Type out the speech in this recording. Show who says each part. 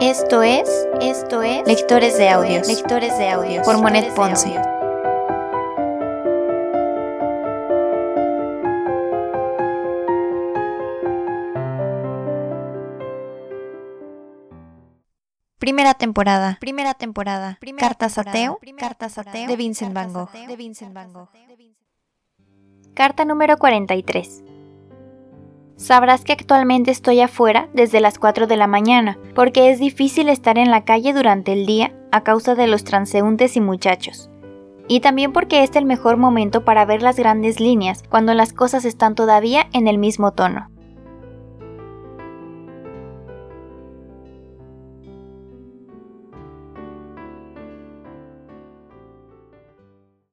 Speaker 1: Esto es, esto es Lectores de Audios, Lectores de Audios por Monet Ponce. Primera temporada, primera temporada, Cartas a Teo, Cartas a Teo de Vincent Van Gogh, de Vincent Van Gogh.
Speaker 2: Carta número 43. Sabrás que actualmente estoy afuera desde las 4 de la mañana, porque es difícil estar en la calle durante el día a causa de los transeúntes y muchachos. Y también porque es el mejor momento para ver las grandes líneas cuando las cosas están todavía en el mismo tono.